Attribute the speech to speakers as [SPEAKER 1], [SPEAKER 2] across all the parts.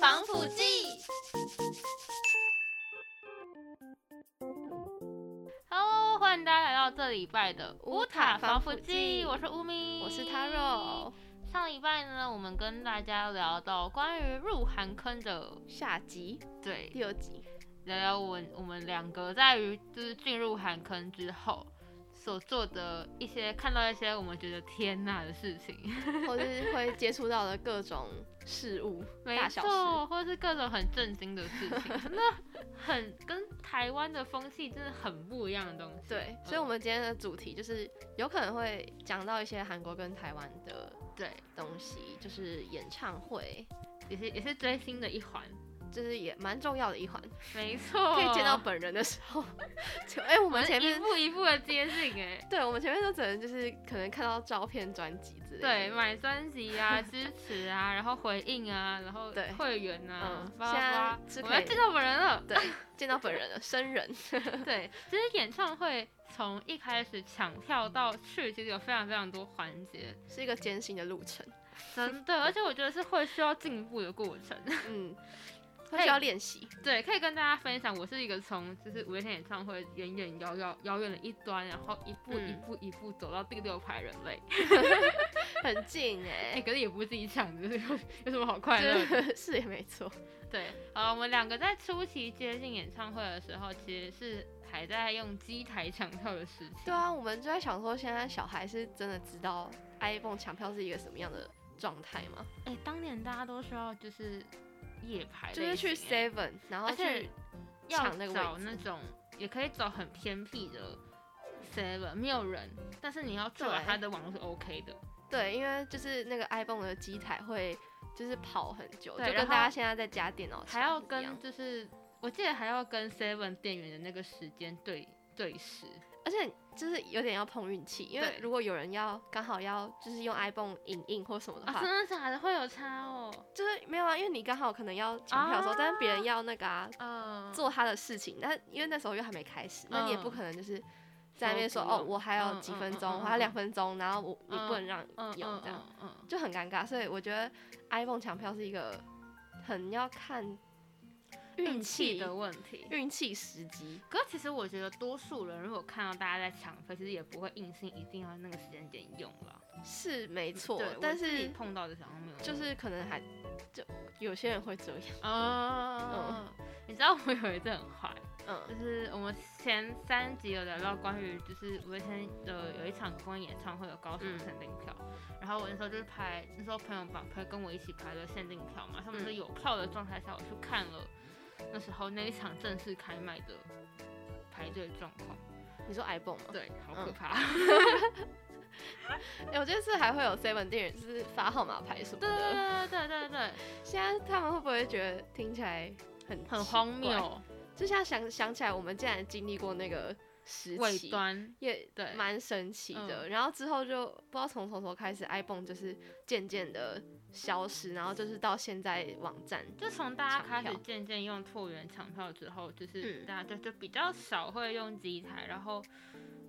[SPEAKER 1] 防腐剂。
[SPEAKER 2] Hello，欢迎大家来到这礼拜的
[SPEAKER 1] 乌塔防腐剂
[SPEAKER 2] 我是乌咪，
[SPEAKER 1] 我是 Taro，
[SPEAKER 2] 上礼拜呢，我们跟大家聊到关于入韩坑的，
[SPEAKER 1] 下集
[SPEAKER 2] 对，
[SPEAKER 1] 第二集，
[SPEAKER 2] 聊聊我们我们两个在于就是进入韩坑之后所做的一些，看到一些我们觉得天呐的事情，
[SPEAKER 1] 或是会接触到的各种事物，
[SPEAKER 2] 没
[SPEAKER 1] 大小事
[SPEAKER 2] 错，或是各种很震惊的事情，真的很跟台湾的风气真的很不一样的东西。
[SPEAKER 1] 对，
[SPEAKER 2] 嗯
[SPEAKER 1] 所以我们今天的主题就是有可能会讲到一些韩国跟台湾的
[SPEAKER 2] 对，
[SPEAKER 1] 东西，就是演唱会，
[SPEAKER 2] 也是也是追星的一环，
[SPEAKER 1] 就是也蛮重要的一环，
[SPEAKER 2] 没错，
[SPEAKER 1] 可以见到本人的时候， 就哎、哦我
[SPEAKER 2] 我
[SPEAKER 1] 们前
[SPEAKER 2] 一
[SPEAKER 1] 面，
[SPEAKER 2] 步一步的接近哎、
[SPEAKER 1] 对我们前面都只能就是可能看到照片、专辑之类的，
[SPEAKER 2] 对，买专辑啊，支持啊，然后回应啊，然后
[SPEAKER 1] 对
[SPEAKER 2] 会员啊
[SPEAKER 1] 嗯，
[SPEAKER 2] 巴
[SPEAKER 1] 现
[SPEAKER 2] 拉
[SPEAKER 1] 在
[SPEAKER 2] 巴拉
[SPEAKER 1] 是，
[SPEAKER 2] 我
[SPEAKER 1] 可
[SPEAKER 2] 要
[SPEAKER 1] 以
[SPEAKER 2] 见到本人了。
[SPEAKER 1] 对，见到本人了，生人，
[SPEAKER 2] 对，其实演唱会从一开始抢票到去，其实有非常非常多环节，
[SPEAKER 1] 是一个艰辛的路程，
[SPEAKER 2] 真的，而且我觉得是会需要进步的过程。
[SPEAKER 1] 嗯，会
[SPEAKER 2] 可以
[SPEAKER 1] 需要练习，
[SPEAKER 2] 对，可以跟大家分享，我是一个从就是五月天演唱会远远遥遥遥远的一端，然后一步
[SPEAKER 1] 嗯
[SPEAKER 2] 一步一步走到第六排人类。
[SPEAKER 1] 很近哎、
[SPEAKER 2] 哎、可是也不是自己抢的， 有有什么好快乐的？
[SPEAKER 1] 是 是也没错，
[SPEAKER 2] 对，呃，我们两个在初期接近演唱会的时候，其实是还在用机台抢票的事情。
[SPEAKER 1] 对啊，我们就在想说，现在小孩是真的知道 iPhone 抢票是一个什么样的状态吗？
[SPEAKER 2] 哎、当年大家都需要就是夜排
[SPEAKER 1] 就
[SPEAKER 2] 类型
[SPEAKER 1] 是
[SPEAKER 2] 欸，
[SPEAKER 1] 去 Seven，然后
[SPEAKER 2] 而且
[SPEAKER 1] 去
[SPEAKER 2] 要
[SPEAKER 1] 抢那个
[SPEAKER 2] 找
[SPEAKER 1] 位置
[SPEAKER 2] 那种，也可以找很偏僻的 seven，没有人，但是你要确保
[SPEAKER 1] 对
[SPEAKER 2] 它的网络是 OK 的。
[SPEAKER 1] 对，因为就是那个 iPhone 的机台会就是跑很久，就
[SPEAKER 2] 对
[SPEAKER 1] 跟
[SPEAKER 2] 然
[SPEAKER 1] 大
[SPEAKER 2] 后
[SPEAKER 1] 家现在在家电脑
[SPEAKER 2] 还
[SPEAKER 1] 抢
[SPEAKER 2] 要
[SPEAKER 1] 一
[SPEAKER 2] 跟
[SPEAKER 1] 样
[SPEAKER 2] 就是，我记得还要跟 seven 店员的那个时间对对时。
[SPEAKER 1] 而且就是有点要碰运气，因为
[SPEAKER 2] 对
[SPEAKER 1] 如果有人要刚好要就是用 iPhone 影印或什么的
[SPEAKER 2] 啊，
[SPEAKER 1] 话，
[SPEAKER 2] 真的假的？会有差哦。
[SPEAKER 1] 就是没有啊，因为你刚好可能要抢票的时候，但是别人要那个啊，
[SPEAKER 2] 嗯、
[SPEAKER 1] 做他的事情，但因为那时候又还没开始，那你也
[SPEAKER 2] 嗯
[SPEAKER 1] 不可能就是在那边说
[SPEAKER 2] 都不用
[SPEAKER 1] 哦，我还有
[SPEAKER 2] 嗯
[SPEAKER 1] 几
[SPEAKER 2] 嗯
[SPEAKER 1] 分
[SPEAKER 2] 嗯嗯
[SPEAKER 1] 钟，我还有
[SPEAKER 2] 嗯
[SPEAKER 1] 两分钟，然后我你不能让
[SPEAKER 2] 嗯
[SPEAKER 1] 有
[SPEAKER 2] 嗯
[SPEAKER 1] 这样，
[SPEAKER 2] 嗯嗯
[SPEAKER 1] 就很尴尬。所以我觉得 iPhone 抢票是一个很要看运
[SPEAKER 2] 运气
[SPEAKER 1] 气
[SPEAKER 2] 的问题。
[SPEAKER 1] 运气时机，
[SPEAKER 2] 可是其实我觉得，多数人如果看到大家在抢票，其实也不会硬性一定要那个时间点用了。
[SPEAKER 1] 是没错
[SPEAKER 2] 对，，
[SPEAKER 1] 但
[SPEAKER 2] 我自己
[SPEAKER 1] 是
[SPEAKER 2] 碰到的好像没有用，
[SPEAKER 1] 就是可能还就有些人会这样，呃
[SPEAKER 2] 啊，你知道我有一阵很坏，
[SPEAKER 1] 嗯
[SPEAKER 2] 就是我们前三集有聊到关于就是五月天的有一场公演演唱会有高雄
[SPEAKER 1] 嗯
[SPEAKER 2] 限定票，然后我那时候就是排那时候朋友把朋友跟我一起排的限定票嘛，他们
[SPEAKER 1] 嗯
[SPEAKER 2] 是有票的状态下我去看了那时候那一场正式开卖的排队状况，
[SPEAKER 1] 你说 iPhone 吗？
[SPEAKER 2] 对，好
[SPEAKER 1] 嗯
[SPEAKER 2] 可怕。
[SPEAKER 1] 哎、我觉得是还会有 Seven 店员就是发号码牌什么
[SPEAKER 2] 对对
[SPEAKER 1] 的，
[SPEAKER 2] 对对对对，
[SPEAKER 1] 现在他们会不会觉得听起来很
[SPEAKER 2] 很
[SPEAKER 1] 奇
[SPEAKER 2] 荒
[SPEAKER 1] 怪
[SPEAKER 2] 谬，
[SPEAKER 1] 就现在想想起来，我们竟然经历过那个时
[SPEAKER 2] 尾
[SPEAKER 1] 期，
[SPEAKER 2] 端。
[SPEAKER 1] 也
[SPEAKER 2] 对嗯
[SPEAKER 1] 蛮神奇的。然后之后就不知道从什么时候开始，iPhone 就是渐渐的消失，然后就是到现在网站，
[SPEAKER 2] 就从大家
[SPEAKER 1] 抢
[SPEAKER 2] 开
[SPEAKER 1] 票
[SPEAKER 2] 始渐渐用拓元抢票之后，就是
[SPEAKER 1] 嗯
[SPEAKER 2] 大家就就比较少会用机台，然后，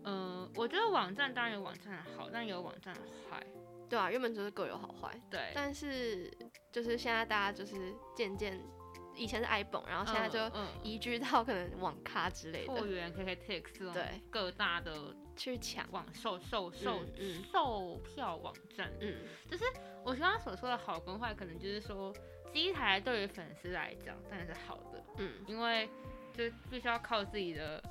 [SPEAKER 2] 呃，我觉得网站当然有网站的好，但也有网站的坏，
[SPEAKER 1] 对啊，原本就是各有好坏，
[SPEAKER 2] 对，
[SPEAKER 1] 但是就是现在大家就是渐渐，以前是 iPhone，然后现在就
[SPEAKER 2] 嗯嗯
[SPEAKER 1] 移居到可能网咖之类
[SPEAKER 2] 拓
[SPEAKER 1] 的
[SPEAKER 2] 元、KKTix 这
[SPEAKER 1] 对
[SPEAKER 2] 种各大的
[SPEAKER 1] 去抢，
[SPEAKER 2] 网售售售
[SPEAKER 1] 嗯嗯
[SPEAKER 2] 售票网站，
[SPEAKER 1] 嗯，
[SPEAKER 2] 我刚刚所说的好跟坏，可能就是说机台对于粉丝来讲当然是好的，
[SPEAKER 1] 嗯，
[SPEAKER 2] 因为就必须要靠自己的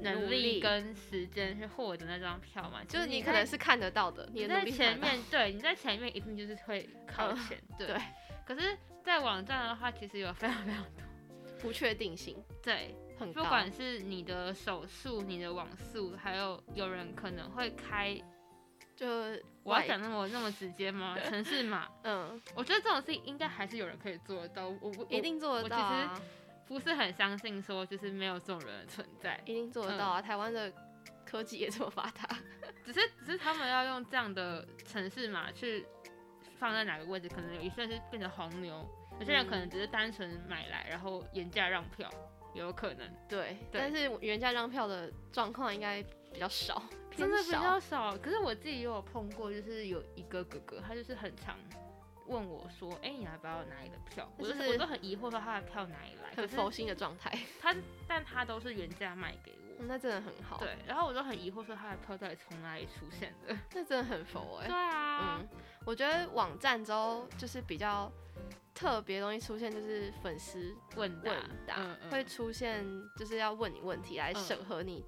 [SPEAKER 2] 能
[SPEAKER 1] 努
[SPEAKER 2] 力跟时间去获得那张票嘛，
[SPEAKER 1] 就是你可
[SPEAKER 2] 在
[SPEAKER 1] 能是看得到的，你
[SPEAKER 2] 你
[SPEAKER 1] 的
[SPEAKER 2] 在
[SPEAKER 1] 努力
[SPEAKER 2] 前
[SPEAKER 1] 看得到
[SPEAKER 2] 面，对，你在前面一定就是会靠
[SPEAKER 1] 嗯
[SPEAKER 2] 前，对。
[SPEAKER 1] 对
[SPEAKER 2] 可是，在网站的话，其实有非常非常多，
[SPEAKER 1] 不确定性
[SPEAKER 2] 对，
[SPEAKER 1] 很
[SPEAKER 2] 不
[SPEAKER 1] 高，
[SPEAKER 2] 管是你的手速、你的网速，还有有人可能会开，
[SPEAKER 1] 就
[SPEAKER 2] 我要
[SPEAKER 1] 外
[SPEAKER 2] 讲那么那么直接 吗？城市码，
[SPEAKER 1] 嗯。
[SPEAKER 2] 我觉得这种事情应该还是有人可以做得到，我我
[SPEAKER 1] 一定做得
[SPEAKER 2] 我
[SPEAKER 1] 到、啊，
[SPEAKER 2] 不是很相信说就是没有这种人的存在，
[SPEAKER 1] 一定做得到
[SPEAKER 2] 嗯
[SPEAKER 1] 啊！台湾的科技也这 么发达，
[SPEAKER 2] 只是只是他们要用这样的城市码去放在哪个位置，可能有一些是变成黄牛，有些人可能只是单纯买来然后原价让票，也有可能，
[SPEAKER 1] 对。但是原价让票的状况应该比较少，
[SPEAKER 2] 真的
[SPEAKER 1] 偏
[SPEAKER 2] 比
[SPEAKER 1] 少。
[SPEAKER 2] 较少。可是我自己也有碰过，就是有一个哥哥，他就是很常问我说，哎、你要不要哪里的票？
[SPEAKER 1] 那
[SPEAKER 2] 我
[SPEAKER 1] 就
[SPEAKER 2] 就是我都很疑惑说他的票哪里来，可
[SPEAKER 1] 很
[SPEAKER 2] 是
[SPEAKER 1] 佛心的状态、
[SPEAKER 2] 他但他都是原价卖给我。
[SPEAKER 1] 嗯 那真的很好，，
[SPEAKER 2] 对，然后我就很疑惑说他的票到底从哪里出现的？
[SPEAKER 1] 那真的很佛哎、
[SPEAKER 2] 对啊，
[SPEAKER 1] 嗯，我觉得网站之后就是比较特别容易出现，就是粉丝
[SPEAKER 2] 问答，
[SPEAKER 1] 问答、
[SPEAKER 2] 嗯嗯
[SPEAKER 1] 会出现，就是要问你问题来审核你，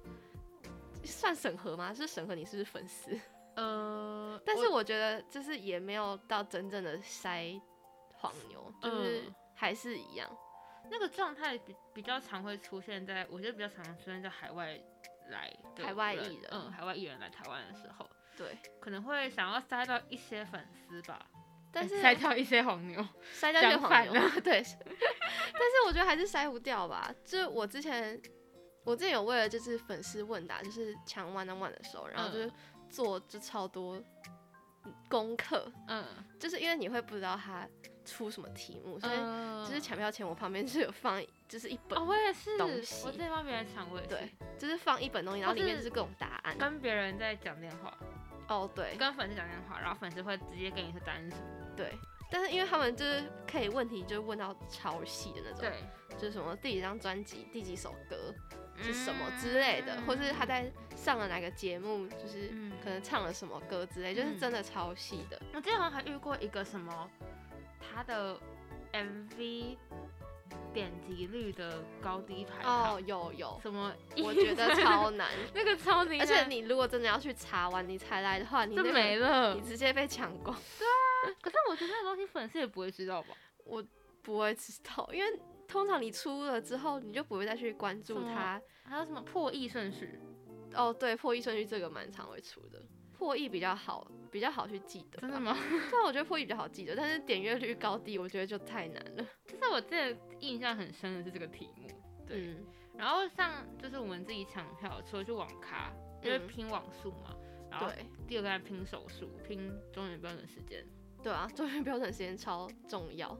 [SPEAKER 1] 算审核吗？是审核你是不是粉丝？
[SPEAKER 2] 呃，
[SPEAKER 1] 但是我觉得就是也没有到真正的筛黄牛，就是
[SPEAKER 2] 嗯
[SPEAKER 1] 还是一样，
[SPEAKER 2] 那个状态比比较常会出现在，我觉得比较常出现在海外来的
[SPEAKER 1] 海外艺
[SPEAKER 2] 人
[SPEAKER 1] 人
[SPEAKER 2] 嗯，海外艺人来台湾的时候，
[SPEAKER 1] 对。
[SPEAKER 2] 可能会想要塞到一些粉丝吧，
[SPEAKER 1] 但是
[SPEAKER 2] 哎塞掉一些红 牛，
[SPEAKER 1] 筛 掉一些
[SPEAKER 2] 讲
[SPEAKER 1] 黄
[SPEAKER 2] 反
[SPEAKER 1] 牛
[SPEAKER 2] 了，
[SPEAKER 1] 对。 但是我觉得还是筛不掉吧。就是我之前，我之前有为了就是粉丝问答，就是抢 one on one 的时候，然后
[SPEAKER 2] 嗯
[SPEAKER 1] 就是做就超多功课，
[SPEAKER 2] 嗯，
[SPEAKER 1] 就是因为你会不知道他出什么题目，所以
[SPEAKER 2] 嗯
[SPEAKER 1] 就是抢票前我旁边是有放一就是一本
[SPEAKER 2] 哦，，我也是，
[SPEAKER 1] 东
[SPEAKER 2] 我
[SPEAKER 1] 西
[SPEAKER 2] 在帮别人抢，我也是
[SPEAKER 1] 对，就是放一本东西，然后
[SPEAKER 2] 或
[SPEAKER 1] 里面
[SPEAKER 2] 哦是
[SPEAKER 1] 就是各种答案。
[SPEAKER 2] 跟别人在讲电话，
[SPEAKER 1] 哦，对
[SPEAKER 2] 跟粉丝讲电话，然后粉丝会直接给你说答案是什么，
[SPEAKER 1] 对。但是因为他们就是可以问题就问到超细的那种，
[SPEAKER 2] 对，
[SPEAKER 1] 就是什么第几张专辑、第几首歌，是什
[SPEAKER 2] 嗯
[SPEAKER 1] 么之类的，或是他在上了哪个节目，就是
[SPEAKER 2] 嗯
[SPEAKER 1] 可能唱了什么歌之类，就是
[SPEAKER 2] 嗯
[SPEAKER 1] 真的超细的。
[SPEAKER 2] 我之前好像还遇过一个什么，他的 MV 点击率的高低排行，
[SPEAKER 1] 哦，有有，
[SPEAKER 2] 什么？
[SPEAKER 1] 我觉得超 难，
[SPEAKER 2] 那个超级难，
[SPEAKER 1] 而且你如果真的要去查完你才来的话，你那
[SPEAKER 2] 这
[SPEAKER 1] 个
[SPEAKER 2] 没了
[SPEAKER 1] 你。直接被抢光，
[SPEAKER 2] 可是我觉得那个东西粉丝也不会知道吧？
[SPEAKER 1] 不会知道，因为通常你出了之后，你就不会再去关注
[SPEAKER 2] 什么
[SPEAKER 1] 它。
[SPEAKER 2] 还有什么破译顺序？
[SPEAKER 1] 哦，对，破译顺序这个蛮常会出的。破译比较好，比较好去记得。
[SPEAKER 2] 真的？吗？
[SPEAKER 1] 虽然我觉得破译比较好记得，但是点阅率高低，我觉得就太难了。
[SPEAKER 2] 就是我记得印象很深的是这个题目。对，
[SPEAKER 1] 嗯，
[SPEAKER 2] 然后像就是我们自己抢票，除了去网咖，就是
[SPEAKER 1] 嗯
[SPEAKER 2] 拼网速嘛。然后
[SPEAKER 1] 对。
[SPEAKER 2] 第二个在拼手速，拼中原标准时间。
[SPEAKER 1] 对啊，作业标准时间超重要。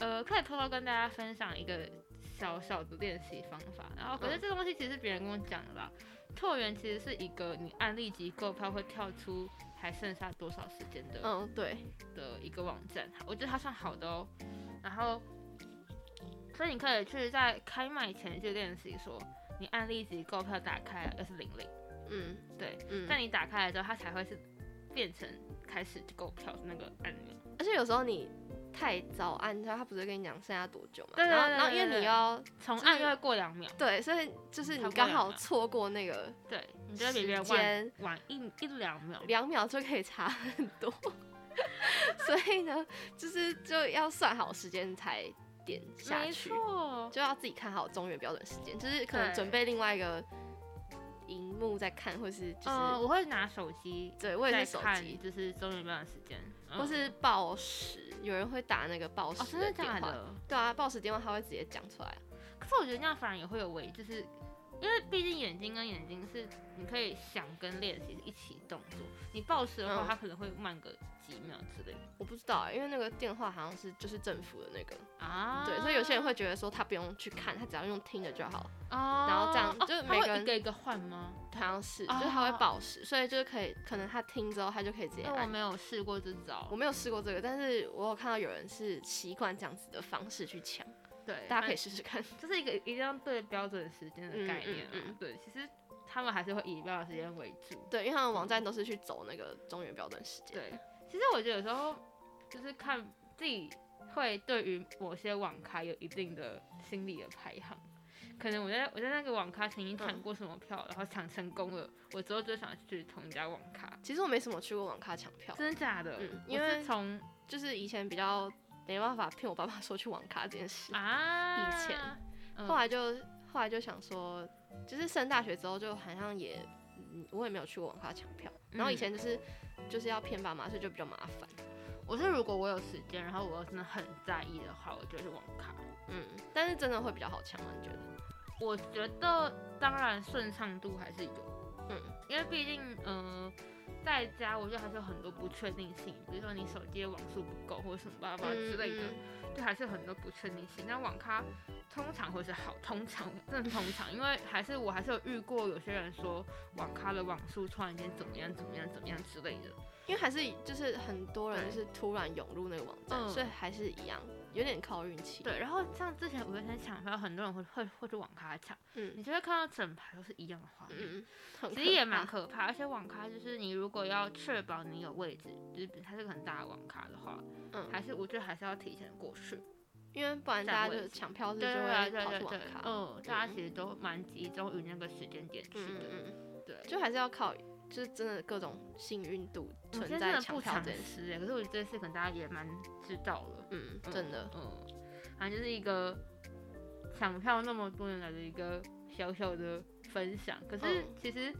[SPEAKER 2] 呃，可以偷偷跟大家分享一个小小的练习方法。然后，可是
[SPEAKER 1] 嗯
[SPEAKER 2] 这东西其实是别人跟我讲的啦。拓元其实是一个你按立即购票会跳出还剩下多少时间的、
[SPEAKER 1] 嗯，对，
[SPEAKER 2] 的一个网站，我觉得它算好的哦。然后，所以你可以去在开卖前去练习说，你按立即购票打开了又是零零，
[SPEAKER 1] 嗯，
[SPEAKER 2] 对，
[SPEAKER 1] 嗯。
[SPEAKER 2] 但你打开了之后，它才会是变成开始购票的那个按钮。
[SPEAKER 1] 而且有时候你太早按它，他不是跟你讲剩下多久嘛？
[SPEAKER 2] 对对
[SPEAKER 1] 然后
[SPEAKER 2] 对对
[SPEAKER 1] 然后因为
[SPEAKER 2] 对
[SPEAKER 1] 你要
[SPEAKER 2] 从
[SPEAKER 1] 就是
[SPEAKER 2] 按又会过两秒，
[SPEAKER 1] 对，所以就是
[SPEAKER 2] 超
[SPEAKER 1] 你
[SPEAKER 2] 过
[SPEAKER 1] 刚
[SPEAKER 2] 两
[SPEAKER 1] 好
[SPEAKER 2] 秒
[SPEAKER 1] 错过那个
[SPEAKER 2] 对，你就会比别
[SPEAKER 1] 时
[SPEAKER 2] 人晚
[SPEAKER 1] 间
[SPEAKER 2] 晚一一两秒。
[SPEAKER 1] 两秒就可以差很多， 所以呢，就是就要算好时间才点下
[SPEAKER 2] 没
[SPEAKER 1] 去，
[SPEAKER 2] 错，
[SPEAKER 1] 就要自己看好中原标准时间，就是可能
[SPEAKER 2] 对
[SPEAKER 1] 准备另外一个荧幕在看，或是就是、
[SPEAKER 2] 嗯、我会拿手机
[SPEAKER 1] 对我也
[SPEAKER 2] 在
[SPEAKER 1] 是手
[SPEAKER 2] 看，
[SPEAKER 1] 机，
[SPEAKER 2] 就是中原标准时间，嗯
[SPEAKER 1] 或是报时，有人会打那个报
[SPEAKER 2] 哦，
[SPEAKER 1] 时
[SPEAKER 2] 真的
[SPEAKER 1] 电
[SPEAKER 2] 假
[SPEAKER 1] 话，
[SPEAKER 2] 的？
[SPEAKER 1] 对啊，报时电话他会直接讲出来。
[SPEAKER 2] 可是我觉得那样反而也会有危，就是因为毕竟眼睛跟眼睛是你可以想跟练习一起动作，你暴食的话，
[SPEAKER 1] 嗯
[SPEAKER 2] 它可能会慢个几秒之类的
[SPEAKER 1] 我不知道，因为那个电话好像是就是政府的那个，
[SPEAKER 2] 啊
[SPEAKER 1] 对，所以有些人会觉得说他不用去看，他只要用听的就好，
[SPEAKER 2] 哦，
[SPEAKER 1] 然后这样
[SPEAKER 2] 哦
[SPEAKER 1] 就是
[SPEAKER 2] 它
[SPEAKER 1] 每
[SPEAKER 2] 会
[SPEAKER 1] 个人
[SPEAKER 2] 一个一个换吗？
[SPEAKER 1] 好像是，
[SPEAKER 2] 哦
[SPEAKER 1] 就是他会报时，所以就是可以，可能他听之后他就可以直接
[SPEAKER 2] 因为我
[SPEAKER 1] 按。
[SPEAKER 2] 没有试过这招
[SPEAKER 1] 我，没有试过这个，但是我有看到有人是习惯这样子的方式去抢，
[SPEAKER 2] 对，
[SPEAKER 1] 大家可
[SPEAKER 2] 反
[SPEAKER 1] 以试试看。
[SPEAKER 2] 正就是一个一定要对标准时间的
[SPEAKER 1] 嗯
[SPEAKER 2] 概
[SPEAKER 1] 嗯
[SPEAKER 2] 念啊，
[SPEAKER 1] 嗯
[SPEAKER 2] 对，其实他们还是会以标准时间为主，
[SPEAKER 1] 对，因为他们网站都是去走那个中原标准时间。
[SPEAKER 2] 嗯对，其实我觉得有时候就是看自己会对于某些网咖有一定的心理的排行。可能我在我在那个网咖曾经抢
[SPEAKER 1] 嗯
[SPEAKER 2] 过什么票，然后抢成功了，我之后就想去同一家网咖。
[SPEAKER 1] 其实我没什么去过网咖抢票，
[SPEAKER 2] 真的假的？
[SPEAKER 1] 嗯
[SPEAKER 2] 我
[SPEAKER 1] 因
[SPEAKER 2] 是
[SPEAKER 1] 为
[SPEAKER 2] 从
[SPEAKER 1] 就是以前比较没办法骗我爸妈说去网咖这件事，
[SPEAKER 2] 啊
[SPEAKER 1] 以前
[SPEAKER 2] 嗯
[SPEAKER 1] 后来就后来就想说，就是升大学之后就好像也，嗯我也没有去过网咖抢票。
[SPEAKER 2] 嗯
[SPEAKER 1] 然后以前就是、就是要骗爸妈，所以就比较麻烦。
[SPEAKER 2] 我是如果我有时间，然后我又真的很在意的话，我就去网咖。
[SPEAKER 1] 嗯，但是真的会比较好抢吗？啊你觉得？
[SPEAKER 2] 我觉得当然顺畅度还是有，
[SPEAKER 1] 嗯，
[SPEAKER 2] 因为毕竟嗯、呃在家我觉得还是有很多不确定性，比如说你手机的网速不够或者什么巴拉巴拉啊之类的，
[SPEAKER 1] 嗯
[SPEAKER 2] 就还是很多不确定性。但网咖通常会是好，通常真的通常， 因为还是我还是有遇过有些人说网咖的网速突然间怎么样怎么样怎么样之类的，
[SPEAKER 1] 因为还是就是很多人
[SPEAKER 2] 对
[SPEAKER 1] 就是突然涌入那个网站，
[SPEAKER 2] 嗯
[SPEAKER 1] 所以还是一样，有点靠运气。
[SPEAKER 2] 对，然后像之前五月天抢票，很多人会会会去网咖抢，
[SPEAKER 1] 嗯，
[SPEAKER 2] 你就会看到整排都是一样的画面。
[SPEAKER 1] 嗯嗯，
[SPEAKER 2] 其实也蛮可怕，而且网咖就是你如果要确保你有位置，就是比它是个很大的网咖的话，
[SPEAKER 1] 嗯，
[SPEAKER 2] 还是我觉得还是要提前过去。
[SPEAKER 1] 因为不然大家就抢票是
[SPEAKER 2] 对
[SPEAKER 1] 就
[SPEAKER 2] 对
[SPEAKER 1] 会
[SPEAKER 2] 对
[SPEAKER 1] 跑
[SPEAKER 2] 对
[SPEAKER 1] 去网
[SPEAKER 2] 对，
[SPEAKER 1] 咖，
[SPEAKER 2] 嗯，大家其实都蛮集中于那个时间点去
[SPEAKER 1] 嗯
[SPEAKER 2] 的，
[SPEAKER 1] 嗯嗯，
[SPEAKER 2] 对。
[SPEAKER 1] 就还是要靠就是真的各种幸运度
[SPEAKER 2] 我
[SPEAKER 1] 存
[SPEAKER 2] 现
[SPEAKER 1] 在
[SPEAKER 2] 真的
[SPEAKER 1] 抢
[SPEAKER 2] 不
[SPEAKER 1] 票
[SPEAKER 2] 常
[SPEAKER 1] 这件事，
[SPEAKER 2] 识哎，可是我觉得这件事可能大家也蛮知道了，
[SPEAKER 1] 嗯，
[SPEAKER 2] 嗯
[SPEAKER 1] 真的，
[SPEAKER 2] 嗯，反正就是一个抢票那么多年来的一个小小的分享。可是
[SPEAKER 1] 嗯
[SPEAKER 2] 其实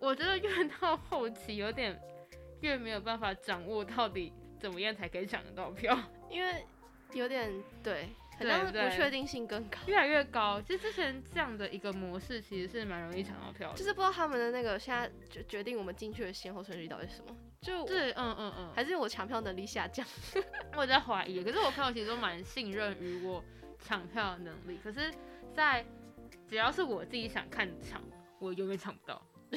[SPEAKER 2] 我觉得越到后期有点越没有办法掌握到底怎么样才可以抢得到票，
[SPEAKER 1] 因为有点对，很
[SPEAKER 2] 对
[SPEAKER 1] 像是
[SPEAKER 2] 对
[SPEAKER 1] 不确定性更高，
[SPEAKER 2] 越来越高。其实之前这样的一个模式其实是蛮容易抢到票
[SPEAKER 1] 就
[SPEAKER 2] 的。
[SPEAKER 1] 是不知道他们的那个现在决决定我们进去的先后顺序到底是什么，就
[SPEAKER 2] 对，嗯嗯嗯，
[SPEAKER 1] 还是我抢票能力下降，
[SPEAKER 2] 我在怀疑，可是我朋友其实都蛮信任于我抢票的能力，可是，在只要是我自己想看的场，我永远抢不到。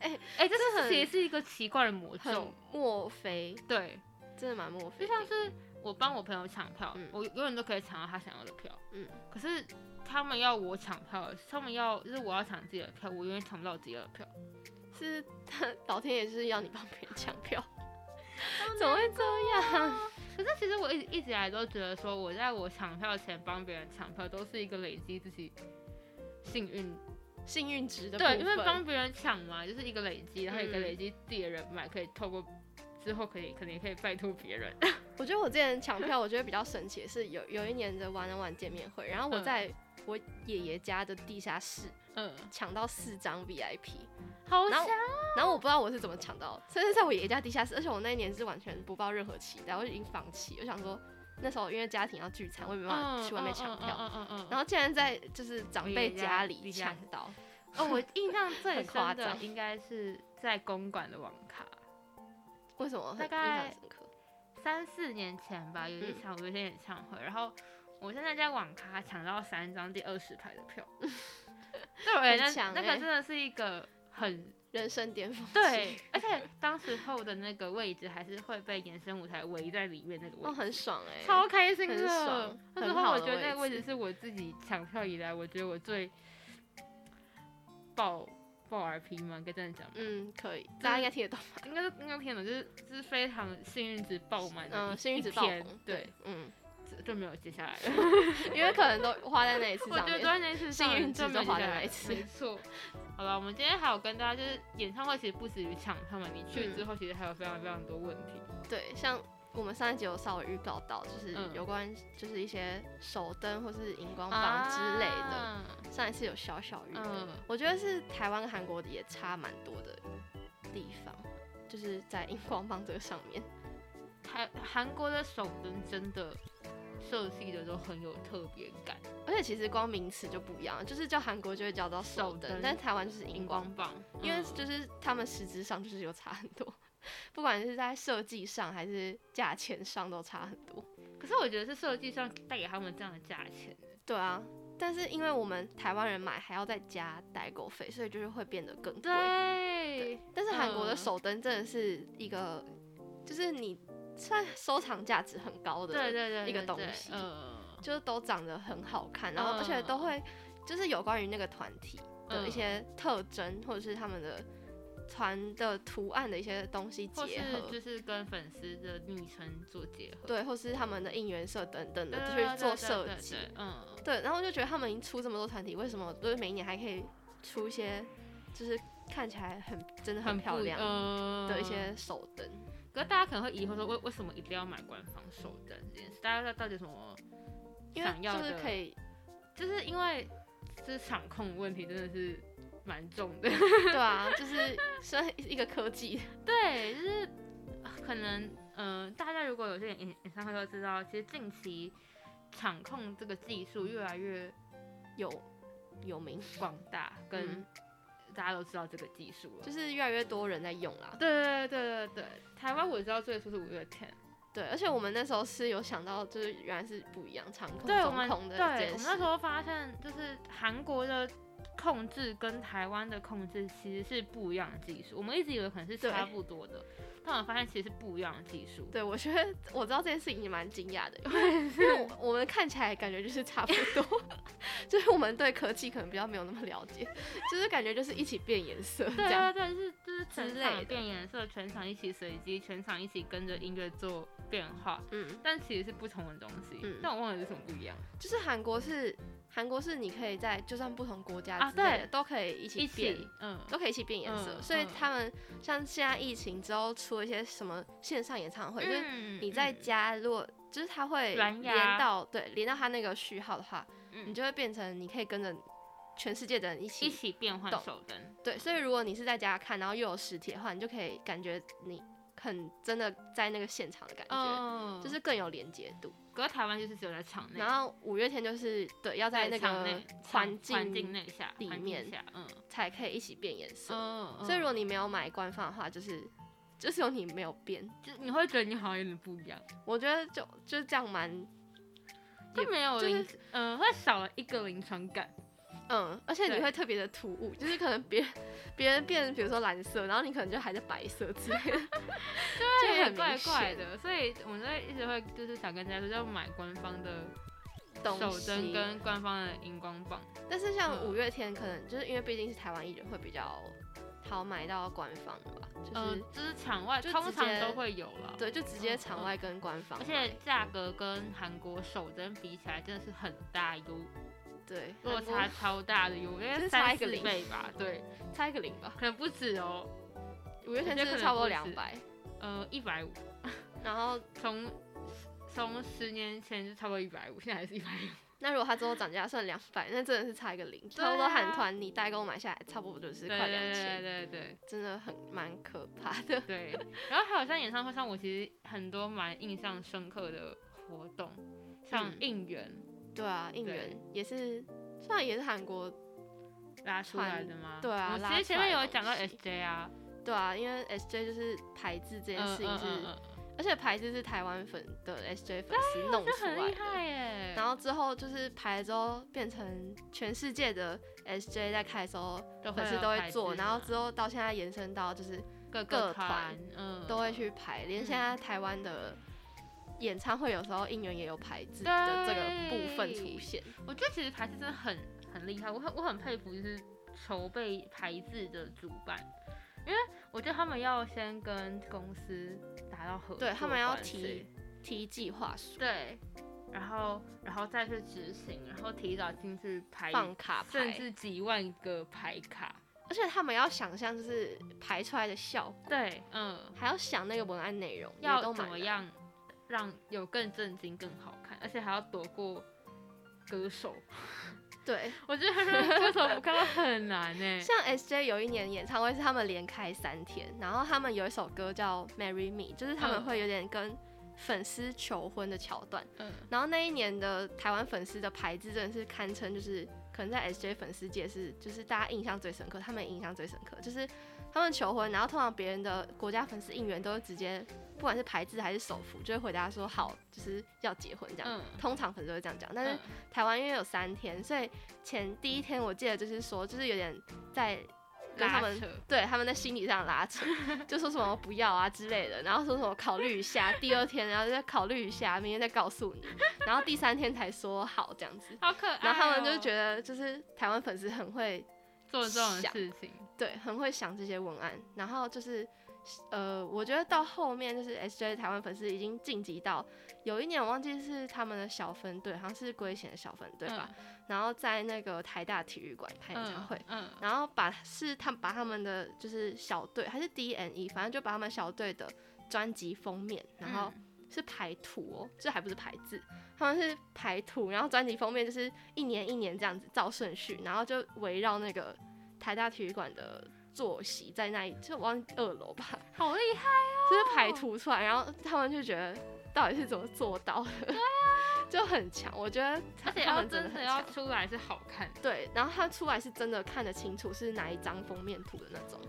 [SPEAKER 1] 哎
[SPEAKER 2] 哎，这
[SPEAKER 1] 这
[SPEAKER 2] 是
[SPEAKER 1] 很
[SPEAKER 2] 其实是一个奇怪的魔
[SPEAKER 1] 很
[SPEAKER 2] 咒，
[SPEAKER 1] 墨菲，
[SPEAKER 2] 对，
[SPEAKER 1] 真的蛮墨
[SPEAKER 2] 就
[SPEAKER 1] 菲的，
[SPEAKER 2] 像是我帮我朋友抢票，
[SPEAKER 1] 嗯
[SPEAKER 2] 我永远都可以抢到他想要的票，
[SPEAKER 1] 嗯，
[SPEAKER 2] 可是他们要我抢票，他们要就是我要抢自己的票，我永远抢不到我自己的票，
[SPEAKER 1] 是老天爷就是要你帮别人抢票，怎么会这样？
[SPEAKER 2] 可是其实我一直一直以来都觉得说，我在我抢票前帮别人抢票，都是一个累积自己幸运
[SPEAKER 1] 幸运值的
[SPEAKER 2] 对，
[SPEAKER 1] 部
[SPEAKER 2] 因为
[SPEAKER 1] 分
[SPEAKER 2] 帮别人抢嘛，就是一个累积，然后一个
[SPEAKER 1] 嗯
[SPEAKER 2] 累积自己的人脉，可以透过之后可以可能也可以拜托别 人。
[SPEAKER 1] 我觉得我之前抢票，我觉得比较神奇的是有有一年的玩 n 玩见面会，然后我
[SPEAKER 2] 嗯
[SPEAKER 1] 在我爷爷家的地下室
[SPEAKER 2] 嗯，
[SPEAKER 1] 抢到四张 VIP，
[SPEAKER 2] 好
[SPEAKER 1] 然
[SPEAKER 2] 香
[SPEAKER 1] 后。然后我不知道我是怎么抢到，真的是在我爷爷家地下室，而且我那一年是完全不抱任何期待，我就已经放弃，我想说那时候因为家庭要聚餐，我也没办法去外面抢票，
[SPEAKER 2] 嗯嗯嗯嗯嗯
[SPEAKER 1] 然后竟然在就是长辈家
[SPEAKER 2] 爷
[SPEAKER 1] 里
[SPEAKER 2] 爷家
[SPEAKER 1] 抢到，
[SPEAKER 2] 哦， 我印象最
[SPEAKER 1] 很夸
[SPEAKER 2] 深的
[SPEAKER 1] 张
[SPEAKER 2] 应该是在公馆的网咖，
[SPEAKER 1] 为什么很
[SPEAKER 2] 大
[SPEAKER 1] 印象
[SPEAKER 2] 概
[SPEAKER 1] 深刻？
[SPEAKER 2] 三四年前吧，有一
[SPEAKER 1] 嗯
[SPEAKER 2] 场五月天演唱会，然后我现在在网咖抢到三张第二十排的 票，对我而言
[SPEAKER 1] 很强
[SPEAKER 2] 那那
[SPEAKER 1] 欸
[SPEAKER 2] 个真的是一个很
[SPEAKER 1] 人生巅峰期
[SPEAKER 2] 对，，而且当时候的那个位置还是会被延伸舞台围在里面那个位
[SPEAKER 1] 哦，
[SPEAKER 2] 置，
[SPEAKER 1] 很爽哎、
[SPEAKER 2] 超开心
[SPEAKER 1] 很爽
[SPEAKER 2] 的。那时
[SPEAKER 1] 很
[SPEAKER 2] 候
[SPEAKER 1] 好
[SPEAKER 2] 我
[SPEAKER 1] 的
[SPEAKER 2] 觉得那个
[SPEAKER 1] 位
[SPEAKER 2] 位置是我自己抢票以来，我觉得我最爆爆 RP 吗？应该这样讲吗？
[SPEAKER 1] 嗯，可以，大家应该听得懂，
[SPEAKER 2] 应该是应该天哪，就是就是非常幸运值爆满的一，
[SPEAKER 1] 嗯，幸运
[SPEAKER 2] 一
[SPEAKER 1] 值爆
[SPEAKER 2] 天
[SPEAKER 1] 棚，
[SPEAKER 2] 对，，
[SPEAKER 1] 嗯。
[SPEAKER 2] 就就没有接下 来了。
[SPEAKER 1] 因为可能都花在那一次
[SPEAKER 2] 我
[SPEAKER 1] 上
[SPEAKER 2] 觉得
[SPEAKER 1] 面
[SPEAKER 2] 都。在那一次上
[SPEAKER 1] 幸运值
[SPEAKER 2] 就没有
[SPEAKER 1] 都花
[SPEAKER 2] 接
[SPEAKER 1] 在
[SPEAKER 2] 下
[SPEAKER 1] 那
[SPEAKER 2] 来
[SPEAKER 1] 一
[SPEAKER 2] 了
[SPEAKER 1] 次
[SPEAKER 2] 没错。好了，我们今天还有跟大家就是演唱会，其实不止于抢票嘛，你去
[SPEAKER 1] 嗯
[SPEAKER 2] 之后其实还有非常非常多问题。
[SPEAKER 1] 对，像我们上一集有稍微预告到，就是
[SPEAKER 2] 嗯
[SPEAKER 1] 有关就是一些手灯或是荧光棒哦之类的。
[SPEAKER 2] 啊。
[SPEAKER 1] 上一次有小小预告，
[SPEAKER 2] 嗯，
[SPEAKER 1] 我觉得是台湾跟韩国也差蛮多的地方，就是在荧光棒这个上面。
[SPEAKER 2] 台韩国的手灯真的设计的都很有特别感，
[SPEAKER 1] 而且其实光名词就不一样，就是叫韩国就会叫到
[SPEAKER 2] 手
[SPEAKER 1] 手灯，
[SPEAKER 2] 灯
[SPEAKER 1] 但是台湾就是荧
[SPEAKER 2] 荧
[SPEAKER 1] 光
[SPEAKER 2] 光棒，
[SPEAKER 1] 因为
[SPEAKER 2] 嗯
[SPEAKER 1] 就是他们实质上就是有差很多， 不管是在设计上还是价钱上都差很多。
[SPEAKER 2] 可是我觉得是设计上带给他们这样的价钱，
[SPEAKER 1] 对啊，但是因为我们台湾人买还要再加代购费，所以就是会变得更贵。
[SPEAKER 2] 啊对，
[SPEAKER 1] 但是韩国的
[SPEAKER 2] 嗯
[SPEAKER 1] 手灯真的是一个，就是你算收藏价值很高的，
[SPEAKER 2] 对对对，
[SPEAKER 1] 一个
[SPEAKER 2] 对
[SPEAKER 1] 东
[SPEAKER 2] 对
[SPEAKER 1] 西
[SPEAKER 2] 嗯，
[SPEAKER 1] 就是都长得很好看，然后而且都会就是有关于那个团体的一
[SPEAKER 2] 嗯
[SPEAKER 1] 些特征，或者是他们的团的图案的一些东西
[SPEAKER 2] 或
[SPEAKER 1] 结合
[SPEAKER 2] 是。就是跟粉丝的昵称做结合，
[SPEAKER 1] 对，或是他们的应援色等等的
[SPEAKER 2] 对，对
[SPEAKER 1] 去做设，
[SPEAKER 2] 对对
[SPEAKER 1] 计
[SPEAKER 2] 对，对对嗯，
[SPEAKER 1] 对，然后我就觉得他们已经出这么多团体，为什么就是每一年还可以出一些，就是看起来很真的很漂
[SPEAKER 2] 不
[SPEAKER 1] 亮
[SPEAKER 2] 嗯
[SPEAKER 1] 的一些手灯？
[SPEAKER 2] 可是大家可能会疑惑说，为为什么一定要买官方手灯这件事？大家到底有什么？
[SPEAKER 1] 因为
[SPEAKER 2] 想要
[SPEAKER 1] 就是
[SPEAKER 2] 的
[SPEAKER 1] 可以，
[SPEAKER 2] 就是因为就是场控问题真的是蛮重的，
[SPEAKER 1] 对啊，就是算一个科技，
[SPEAKER 2] 对，就是呃可能，嗯、大家如果有些演演唱会都知道，其实近期场控这个技术越来越
[SPEAKER 1] 有有名，
[SPEAKER 2] 广大，跟
[SPEAKER 1] 嗯
[SPEAKER 2] 大家都知道这个技术了。
[SPEAKER 1] 就是越来越多人在用啦。
[SPEAKER 2] 对对对对对，台湾我知道最初是五月天，
[SPEAKER 1] 对，而且我们那时候是有想到，就是原来是不一样，长空
[SPEAKER 2] 对我
[SPEAKER 1] 中
[SPEAKER 2] 们
[SPEAKER 1] 空的
[SPEAKER 2] 对
[SPEAKER 1] 这
[SPEAKER 2] 我
[SPEAKER 1] 件
[SPEAKER 2] 们
[SPEAKER 1] 事
[SPEAKER 2] 那时，候发现，就是韩国的控制跟台湾的控制其实是不一样的技术，我们一直以为可能是差不多的，但我发现其实是不一样的技术。
[SPEAKER 1] 对，我觉得我知道这件事情也蛮惊讶的，因为因为我我们看起来感觉就是差不多， 就是我们对科技可能比较没有那么了解，就是感觉就是一起变颜色这
[SPEAKER 2] 对啊
[SPEAKER 1] 样。
[SPEAKER 2] 对对，就是就是全
[SPEAKER 1] 之类
[SPEAKER 2] 场
[SPEAKER 1] 的
[SPEAKER 2] 变颜色，全场一起随机，全场一起跟着音乐做变化，
[SPEAKER 1] 嗯，
[SPEAKER 2] 但其实是不同的东西。
[SPEAKER 1] 嗯
[SPEAKER 2] 但我忘了有什么不一样，
[SPEAKER 1] 就是韩国是韩国是你可以在就算不同国家
[SPEAKER 2] 啊
[SPEAKER 1] 之类的
[SPEAKER 2] 对
[SPEAKER 1] 都可以一起
[SPEAKER 2] 一
[SPEAKER 1] 变。哦
[SPEAKER 2] 起嗯。
[SPEAKER 1] 都可以一起变颜色，
[SPEAKER 2] 嗯
[SPEAKER 1] 所以
[SPEAKER 2] 嗯
[SPEAKER 1] 他们像现在疫情之后出了一些什么线上演唱会，就是
[SPEAKER 2] 嗯
[SPEAKER 1] 你在家如果就是它会
[SPEAKER 2] 蓝牙
[SPEAKER 1] 连到对连到它那个序号的话，
[SPEAKER 2] 嗯
[SPEAKER 1] 你就会变成你可以跟着全世界的人一
[SPEAKER 2] 一
[SPEAKER 1] 起
[SPEAKER 2] 起变换
[SPEAKER 1] 动
[SPEAKER 2] 手灯，
[SPEAKER 1] 对，所以如果你是在家看，然后又有实体的话，你就可以感觉你很真的在那个现场的感觉，
[SPEAKER 2] 嗯
[SPEAKER 1] 就是更有连接度。
[SPEAKER 2] 可是台湾就是只有在场内，
[SPEAKER 1] 哦然后五月天就是对要在那
[SPEAKER 2] 场
[SPEAKER 1] 个
[SPEAKER 2] 内
[SPEAKER 1] 环
[SPEAKER 2] 场环境
[SPEAKER 1] 境
[SPEAKER 2] 内下
[SPEAKER 1] 里
[SPEAKER 2] 环境
[SPEAKER 1] 面
[SPEAKER 2] 下，嗯
[SPEAKER 1] 才可以一起变颜色，
[SPEAKER 2] 嗯，
[SPEAKER 1] 所以如
[SPEAKER 2] 果
[SPEAKER 1] 果你没有买官方的话，就是就是有你没有变，
[SPEAKER 2] 就你会觉得你好像有点不一样，
[SPEAKER 1] 我觉得就就这样蛮
[SPEAKER 2] 就
[SPEAKER 1] 也
[SPEAKER 2] 没有
[SPEAKER 1] 就是
[SPEAKER 2] 临，嗯，会少了一个临床感，
[SPEAKER 1] 嗯，而且你
[SPEAKER 2] 对
[SPEAKER 1] 会特别的突兀，就是可能别人别人变，比如说蓝色，然后你可能就还是白色之类 的，
[SPEAKER 2] 就
[SPEAKER 1] 就
[SPEAKER 2] 有点
[SPEAKER 1] 很
[SPEAKER 2] 怪怪
[SPEAKER 1] 明显
[SPEAKER 2] 的，所以我们在一直会就是想跟大家说，要买官方的
[SPEAKER 1] 东
[SPEAKER 2] 手灯。
[SPEAKER 1] 西
[SPEAKER 2] 跟官方的荧光棒，
[SPEAKER 1] 但是像
[SPEAKER 2] 嗯
[SPEAKER 1] 五月天，可能就是因为毕竟是台湾艺人，会比较好买到官方的吧，就是、
[SPEAKER 2] 嗯，就是场外
[SPEAKER 1] 呃就
[SPEAKER 2] 通
[SPEAKER 1] 直
[SPEAKER 2] 常
[SPEAKER 1] 接
[SPEAKER 2] 都会有了，
[SPEAKER 1] 对，就直接
[SPEAKER 2] 嗯
[SPEAKER 1] 场外跟官方
[SPEAKER 2] 而
[SPEAKER 1] 买，
[SPEAKER 2] 且价格跟韩国手灯比起来真的是很大优，
[SPEAKER 1] 对
[SPEAKER 2] 落
[SPEAKER 1] 韩国
[SPEAKER 2] 差超大的优，应
[SPEAKER 1] 就
[SPEAKER 2] 该
[SPEAKER 1] 是差
[SPEAKER 2] 三
[SPEAKER 1] 一个
[SPEAKER 2] 四
[SPEAKER 1] 零嗯
[SPEAKER 2] 倍吧，对，
[SPEAKER 1] 差一个零吧，
[SPEAKER 2] 可能不止哦，
[SPEAKER 1] 五月天
[SPEAKER 2] 我觉得可
[SPEAKER 1] 是
[SPEAKER 2] 能
[SPEAKER 1] 差不多
[SPEAKER 2] 不
[SPEAKER 1] 两
[SPEAKER 2] 止
[SPEAKER 1] 百，
[SPEAKER 2] 呃，一百五，
[SPEAKER 1] 然后
[SPEAKER 2] 从从十年前就差不多一百五，现在还是一百五。
[SPEAKER 1] 那如果它之后涨价算两百，那真的是差一个零，差不
[SPEAKER 2] 对
[SPEAKER 1] 多
[SPEAKER 2] 啊
[SPEAKER 1] 韩团你代购买下来差不多就是
[SPEAKER 2] 对
[SPEAKER 1] 快两
[SPEAKER 2] 对
[SPEAKER 1] 千，嗯
[SPEAKER 2] 对对对
[SPEAKER 1] 真的很蛮可怕的。
[SPEAKER 2] 对。然后还有像演唱会上，我其实很多蛮印象深刻的活动，像
[SPEAKER 1] 嗯
[SPEAKER 2] 应援
[SPEAKER 1] 对啊，应
[SPEAKER 2] 对
[SPEAKER 1] 援也是，虽然也是韩国，
[SPEAKER 2] 拉出来的吗？
[SPEAKER 1] 对啊
[SPEAKER 2] 我们
[SPEAKER 1] 拉
[SPEAKER 2] 其实前
[SPEAKER 1] 出来
[SPEAKER 2] 面
[SPEAKER 1] 的
[SPEAKER 2] 有讲到
[SPEAKER 1] 东西
[SPEAKER 2] SJ 啊，
[SPEAKER 1] 对啊，因为 SJ 就是排字这件
[SPEAKER 2] 嗯
[SPEAKER 1] 事情是，而且排字是台湾粉的 SJ 粉丝弄
[SPEAKER 2] 这
[SPEAKER 1] 出
[SPEAKER 2] 很
[SPEAKER 1] 来
[SPEAKER 2] 厉
[SPEAKER 1] 的。
[SPEAKER 2] 害耶。
[SPEAKER 1] 然后之后就是排了之后变成全世界的 SJ 在开的时候，
[SPEAKER 2] 都
[SPEAKER 1] 粉丝
[SPEAKER 2] 有啊
[SPEAKER 1] 都会
[SPEAKER 2] 牌
[SPEAKER 1] 做，
[SPEAKER 2] 子
[SPEAKER 1] 然后
[SPEAKER 2] 嘛
[SPEAKER 1] 之后到现在延伸到就是
[SPEAKER 2] 各
[SPEAKER 1] 各
[SPEAKER 2] 个
[SPEAKER 1] 团
[SPEAKER 2] 团嗯
[SPEAKER 1] 都会去排，连现在台湾的演唱会有时候应援也有排字
[SPEAKER 2] 对
[SPEAKER 1] 的这个部分出现，
[SPEAKER 2] 我觉得其实牌子真的很很厉害，我很我很佩服就是筹备牌子的主办，因为我觉得他们要先跟公司达到合作
[SPEAKER 1] 对他们要
[SPEAKER 2] 关系
[SPEAKER 1] 提提计划书、
[SPEAKER 2] 对，然后然后再去执行，然后提早进去排，
[SPEAKER 1] 放卡
[SPEAKER 2] 甚
[SPEAKER 1] 牌，
[SPEAKER 2] 至几万个牌卡。
[SPEAKER 1] 而且他们要想象就是排出来的效果。
[SPEAKER 2] 对，嗯，
[SPEAKER 1] 还要想那个文案内容也
[SPEAKER 2] 要
[SPEAKER 1] 都
[SPEAKER 2] 怎
[SPEAKER 1] 蛮
[SPEAKER 2] 么
[SPEAKER 1] 难
[SPEAKER 2] 样让有更震惊、更好看，而且还要躲过歌手。
[SPEAKER 1] 对，
[SPEAKER 2] 我觉得歌手不看到很难欸呢、
[SPEAKER 1] 像 S J 有一年演唱会是他们连开三天，然后他们有一首歌叫《Marry Me》，就是他们
[SPEAKER 2] 嗯
[SPEAKER 1] 会有点跟粉丝求婚的桥段。
[SPEAKER 2] 嗯，
[SPEAKER 1] 然后那一年的台湾粉丝的牌子真的是堪称就是可能在 S J 粉丝界是就是大家印象最深刻，他们也印象最深刻就是他们求婚，然后通常别人的国家粉丝应援都会直接不管是牌子还是手幅，就会回答说好，就是要结婚这样。
[SPEAKER 2] 嗯
[SPEAKER 1] 通常粉丝会这样讲，但是
[SPEAKER 2] 嗯
[SPEAKER 1] 台湾因为有三天，所以前第一天我记得就是说，就是有点在跟他们
[SPEAKER 2] 拉扯
[SPEAKER 1] 对他们在心理上拉扯，就说什么不要啊之类的，然后说什么考虑一下，第二天然后再考虑一下，明天再告诉你，然后第三天才说好这 样子，
[SPEAKER 2] 好可爱、哦
[SPEAKER 1] 然后他们就觉
[SPEAKER 2] 得
[SPEAKER 1] 得就是台湾粉丝很会
[SPEAKER 2] 做这种
[SPEAKER 1] 想
[SPEAKER 2] 事情，
[SPEAKER 1] 对，很会想这些文案。然后就是，呃，我觉得到后面就是 S J 台湾粉丝已经晋级到有一年我忘记是他们的小分队，好像是龟贤的小分队吧，然后在那个台大体育馆开
[SPEAKER 2] 嗯？
[SPEAKER 1] 演唱会。
[SPEAKER 2] 嗯，嗯
[SPEAKER 1] 然后把是他把他们的就是小队还是 D N E，反正就把他们小队的专辑封面，然后是排图哦，这还不是排字，他们是排图，然后专辑封面就是一年一年这样子照顺序，然后就围绕那个台大体育馆的坐席在那里，就往二楼吧，
[SPEAKER 2] 嗯好厉害，
[SPEAKER 1] 就是排图出来，然后他们就觉得到底是怎么做到的， 就很强，我觉得他
[SPEAKER 2] 而且
[SPEAKER 1] 他
[SPEAKER 2] 要
[SPEAKER 1] 们真的
[SPEAKER 2] 真的
[SPEAKER 1] 很
[SPEAKER 2] 要
[SPEAKER 1] 强。
[SPEAKER 2] 出来是好看的，
[SPEAKER 1] 对，然后他出来是真的看得清楚是哪一张封面图的那种，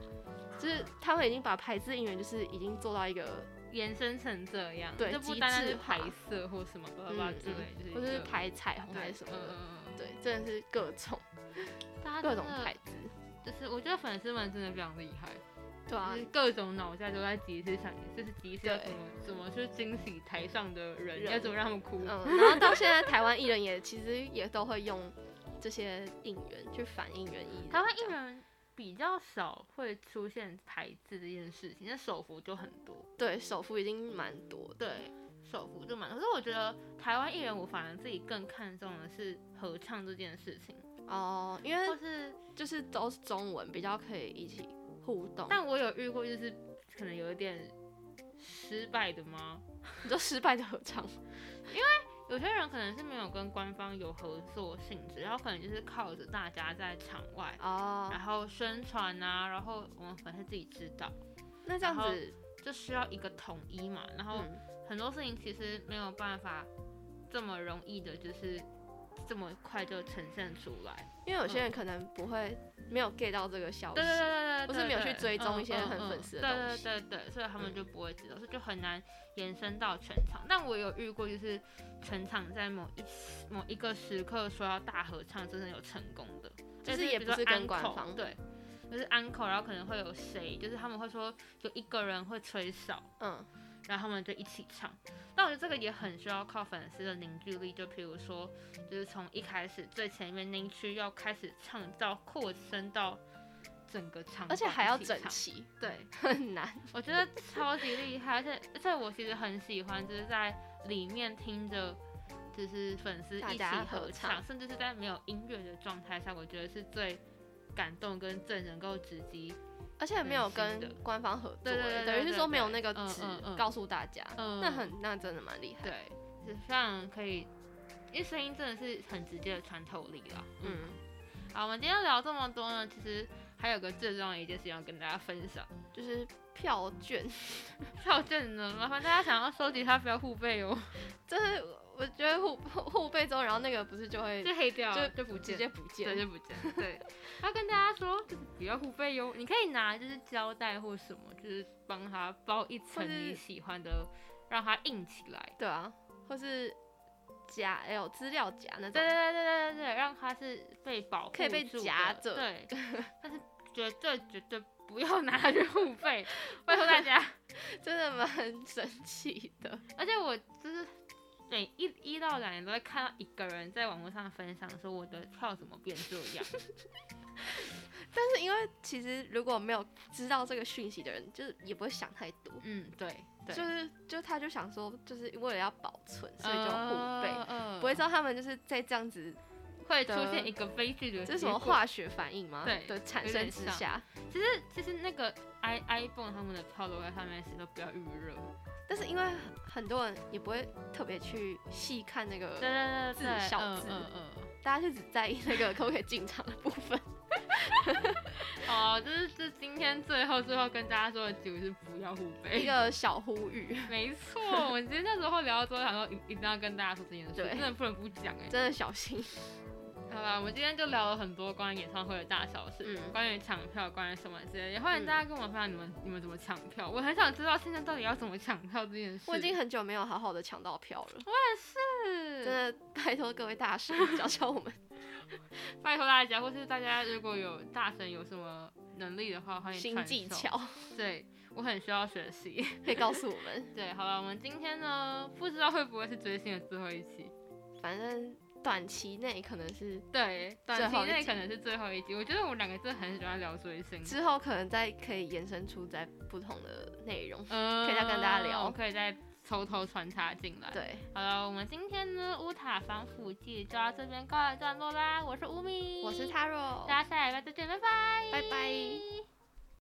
[SPEAKER 1] 就是他们已经把牌子应援就是已经做到一个，
[SPEAKER 2] 延伸成这样，
[SPEAKER 1] 对
[SPEAKER 2] 就不单单
[SPEAKER 1] 极
[SPEAKER 2] 是
[SPEAKER 1] 致化
[SPEAKER 2] 排色或什么巴拉巴拉
[SPEAKER 1] 嗯
[SPEAKER 2] 之类，就是
[SPEAKER 1] 或者
[SPEAKER 2] 一
[SPEAKER 1] 是
[SPEAKER 2] 个
[SPEAKER 1] 排彩虹
[SPEAKER 2] 对
[SPEAKER 1] 还是什么
[SPEAKER 2] 嗯
[SPEAKER 1] 的，
[SPEAKER 2] 嗯嗯嗯
[SPEAKER 1] 对，真的是各种。
[SPEAKER 2] 太大家
[SPEAKER 1] 各
[SPEAKER 2] 真
[SPEAKER 1] 种
[SPEAKER 2] 的
[SPEAKER 1] 牌子，
[SPEAKER 2] 就是我觉得粉丝们真的非常厉害，
[SPEAKER 1] 对啊
[SPEAKER 2] 就，是各种脑袋都在急着想，就是急着要
[SPEAKER 1] 对
[SPEAKER 2] 怎么怎么去惊喜台上的人，
[SPEAKER 1] 人
[SPEAKER 2] 要怎么让他们哭。
[SPEAKER 1] 嗯，然后到现在台湾艺人也其实也都会用这些应援去反应援艺人这样，
[SPEAKER 2] 台湾艺人比较少会出现牌子这件事情，但手幅就很多。
[SPEAKER 1] 对首富已经蛮多的，
[SPEAKER 2] 对，手幅就蛮多。可是我觉得台湾艺人，我反而自己更看重的是合唱这件事情，
[SPEAKER 1] 哦，因为
[SPEAKER 2] 或是
[SPEAKER 1] 就是都是中文，比较可以一起互动。
[SPEAKER 2] 但我有遇过，就是可能有一点失败的吗？
[SPEAKER 1] 你就失败的合唱，
[SPEAKER 2] 有些人可能是没有跟官方有合作性质，然后可能就是靠着大家在场外，
[SPEAKER 1] 哦，
[SPEAKER 2] 然后宣传啊，然后我们粉丝自己知道，
[SPEAKER 1] 那这样子，
[SPEAKER 2] 就需要一个统一嘛。然后
[SPEAKER 1] 嗯，
[SPEAKER 2] 很多事情其实没有办法这么容易的，就是这么快就呈现出来。
[SPEAKER 1] 因为有些人可能不会没有 get 到这个消息
[SPEAKER 2] 嗯对，对对对对对，
[SPEAKER 1] 或是没有去
[SPEAKER 2] 对
[SPEAKER 1] 追踪
[SPEAKER 2] 嗯
[SPEAKER 1] 一些
[SPEAKER 2] 嗯
[SPEAKER 1] 很
[SPEAKER 2] 嗯
[SPEAKER 1] 粉丝的东西
[SPEAKER 2] 对对对对，所以他们
[SPEAKER 1] 嗯
[SPEAKER 2] 就不会知道，所以就很难延伸到全场。但我有遇过，就是全场在某一时某一个时刻说要大合唱，真的有成功的，
[SPEAKER 1] 就是
[SPEAKER 2] 比
[SPEAKER 1] 也
[SPEAKER 2] 如
[SPEAKER 1] 不
[SPEAKER 2] 说
[SPEAKER 1] 是跟
[SPEAKER 2] uncle，
[SPEAKER 1] 官方
[SPEAKER 2] 对。就是 uncle，然后可能会有谁，就是他们会说有一个人会吹哨，
[SPEAKER 1] 嗯，
[SPEAKER 2] 然后他们就一起唱。但我觉得这个也很需要靠粉丝的凝聚力，就譬如说，就是从一开始最前面那一区要开始唱到扩声到整个场馆一起唱，
[SPEAKER 1] 而且还要整齐，
[SPEAKER 2] 对，
[SPEAKER 1] 很难。
[SPEAKER 2] 我觉得超级厉害，而且而且我其实很喜欢，就是在里面听着。就是粉丝
[SPEAKER 1] 大
[SPEAKER 2] 一起
[SPEAKER 1] 家合
[SPEAKER 2] 合
[SPEAKER 1] 唱
[SPEAKER 2] 唱，甚至是在没有音乐的状态下，我觉得是最感动跟最能够直击
[SPEAKER 1] 而且没有
[SPEAKER 2] 很新
[SPEAKER 1] 跟
[SPEAKER 2] 的
[SPEAKER 1] 官方合作
[SPEAKER 2] 对对对对
[SPEAKER 1] 欸，等于是
[SPEAKER 2] 对
[SPEAKER 1] 说没有
[SPEAKER 2] 对
[SPEAKER 1] 那个
[SPEAKER 2] 嗯
[SPEAKER 1] 纸
[SPEAKER 2] 嗯嗯
[SPEAKER 1] 告诉大家，
[SPEAKER 2] 嗯
[SPEAKER 1] 那很那真的蛮厉害。
[SPEAKER 2] 对，是非常可以，因为声音真的是很直接的穿透力啦。嗯，
[SPEAKER 1] 嗯，
[SPEAKER 2] 好，我们今天聊这么多呢，其实还有个最重要的一件事情要跟大家分享，
[SPEAKER 1] 就是票券，
[SPEAKER 2] 票证呢，麻烦大家想要收集它不要互背哦，
[SPEAKER 1] 就是我觉得互互背之后，然后那个不是就会
[SPEAKER 2] 就黑掉了，就不见。
[SPEAKER 1] 直接不
[SPEAKER 2] 对，
[SPEAKER 1] 见，
[SPEAKER 2] 就不见。对，要跟大家说，就是不要互背哟。你可以拿就是胶带或什么，就是帮它包一层
[SPEAKER 1] 或是
[SPEAKER 2] 你喜欢的，让它印起来。
[SPEAKER 1] 对啊，或是夹哎有资料夹那
[SPEAKER 2] 对
[SPEAKER 1] 种，
[SPEAKER 2] 对对对对对，让它是被保护
[SPEAKER 1] 可以被
[SPEAKER 2] 住的
[SPEAKER 1] 夹着
[SPEAKER 2] 对， 但是绝对绝对不要拿 它去互背，拜托大家。
[SPEAKER 1] 真的蛮 神奇的。
[SPEAKER 2] 而且我就是每一一到两年都会看到一个人在网络上分享说我的票怎么变这 样，
[SPEAKER 1] 但是因为其实如果没有知道这个讯息的人，就是也不会想太多，
[SPEAKER 2] 嗯，对对，
[SPEAKER 1] 就是就他就想说，就是为了要保存，所以就互背，
[SPEAKER 2] 嗯
[SPEAKER 1] 不会知道他们就是在这样子，
[SPEAKER 2] 会出现一个悲剧的
[SPEAKER 1] 这
[SPEAKER 2] 结
[SPEAKER 1] 是什么
[SPEAKER 2] 果
[SPEAKER 1] 化学反应吗？
[SPEAKER 2] 对
[SPEAKER 1] 的产
[SPEAKER 2] 有
[SPEAKER 1] 生
[SPEAKER 2] 点
[SPEAKER 1] 之
[SPEAKER 2] 像
[SPEAKER 1] 下。
[SPEAKER 2] 其实其实那个 i iPhone 他们的票都在上面写说不要预热，
[SPEAKER 1] 但是因为很多人也不会特别去细看那
[SPEAKER 2] 对
[SPEAKER 1] 个，
[SPEAKER 2] 对对
[SPEAKER 1] 字
[SPEAKER 2] 对，对
[SPEAKER 1] 呃小
[SPEAKER 2] 嗯
[SPEAKER 1] 字
[SPEAKER 2] 嗯嗯。
[SPEAKER 1] 大家就只在意那个 可不可以进场的部分。
[SPEAKER 2] 哦，就是这今天最后最后跟大家说的几个是不要互
[SPEAKER 1] 一
[SPEAKER 2] 背。
[SPEAKER 1] 个小呼吁，
[SPEAKER 2] 没错，我们今天那时候聊到最后，想说一一定要跟大家说这件事，
[SPEAKER 1] 对
[SPEAKER 2] 真的不能不讲哎、
[SPEAKER 1] 真的小心。
[SPEAKER 2] 好吧，我们今天就聊了很多关于演唱会的大小事，
[SPEAKER 1] 嗯
[SPEAKER 2] 关于抢票，关于什么之类的，也欢迎大家跟我们分享你们你们怎么抢票，我很想知道现在到底要怎么抢票这件事。
[SPEAKER 1] 我已经很久没有好好的抢到票了，
[SPEAKER 2] 是
[SPEAKER 1] 真的拜托各位大师教教我们。
[SPEAKER 2] 拜托大家，或是大家如果有大神有什么能力的话，欢迎
[SPEAKER 1] 新
[SPEAKER 2] 传
[SPEAKER 1] 技
[SPEAKER 2] 授。
[SPEAKER 1] 巧，
[SPEAKER 2] 对，我很需要学 习。
[SPEAKER 1] 可以告诉我们。
[SPEAKER 2] 对，好了，我们今天呢，不知道会不会是追星的最后一期。
[SPEAKER 1] 反正短期内可能是，
[SPEAKER 2] 对，
[SPEAKER 1] 最
[SPEAKER 2] 短
[SPEAKER 1] 后
[SPEAKER 2] 期
[SPEAKER 1] 一
[SPEAKER 2] 内
[SPEAKER 1] 集
[SPEAKER 2] 可能是最后一集。我觉得我们两个真的很喜欢聊追星。
[SPEAKER 1] 之后可能再可以延伸出在不同的内容。
[SPEAKER 2] 嗯
[SPEAKER 1] 可以再跟大家聊
[SPEAKER 2] 我可以再偷偷穿插进来。
[SPEAKER 1] 对，
[SPEAKER 2] 好了，我们今天呢，乌塔防腐剂就到这边告一段落啦。我是乌米，
[SPEAKER 1] 我是 Taro，
[SPEAKER 2] 大家下礼拜再见，拜拜。
[SPEAKER 1] 拜拜。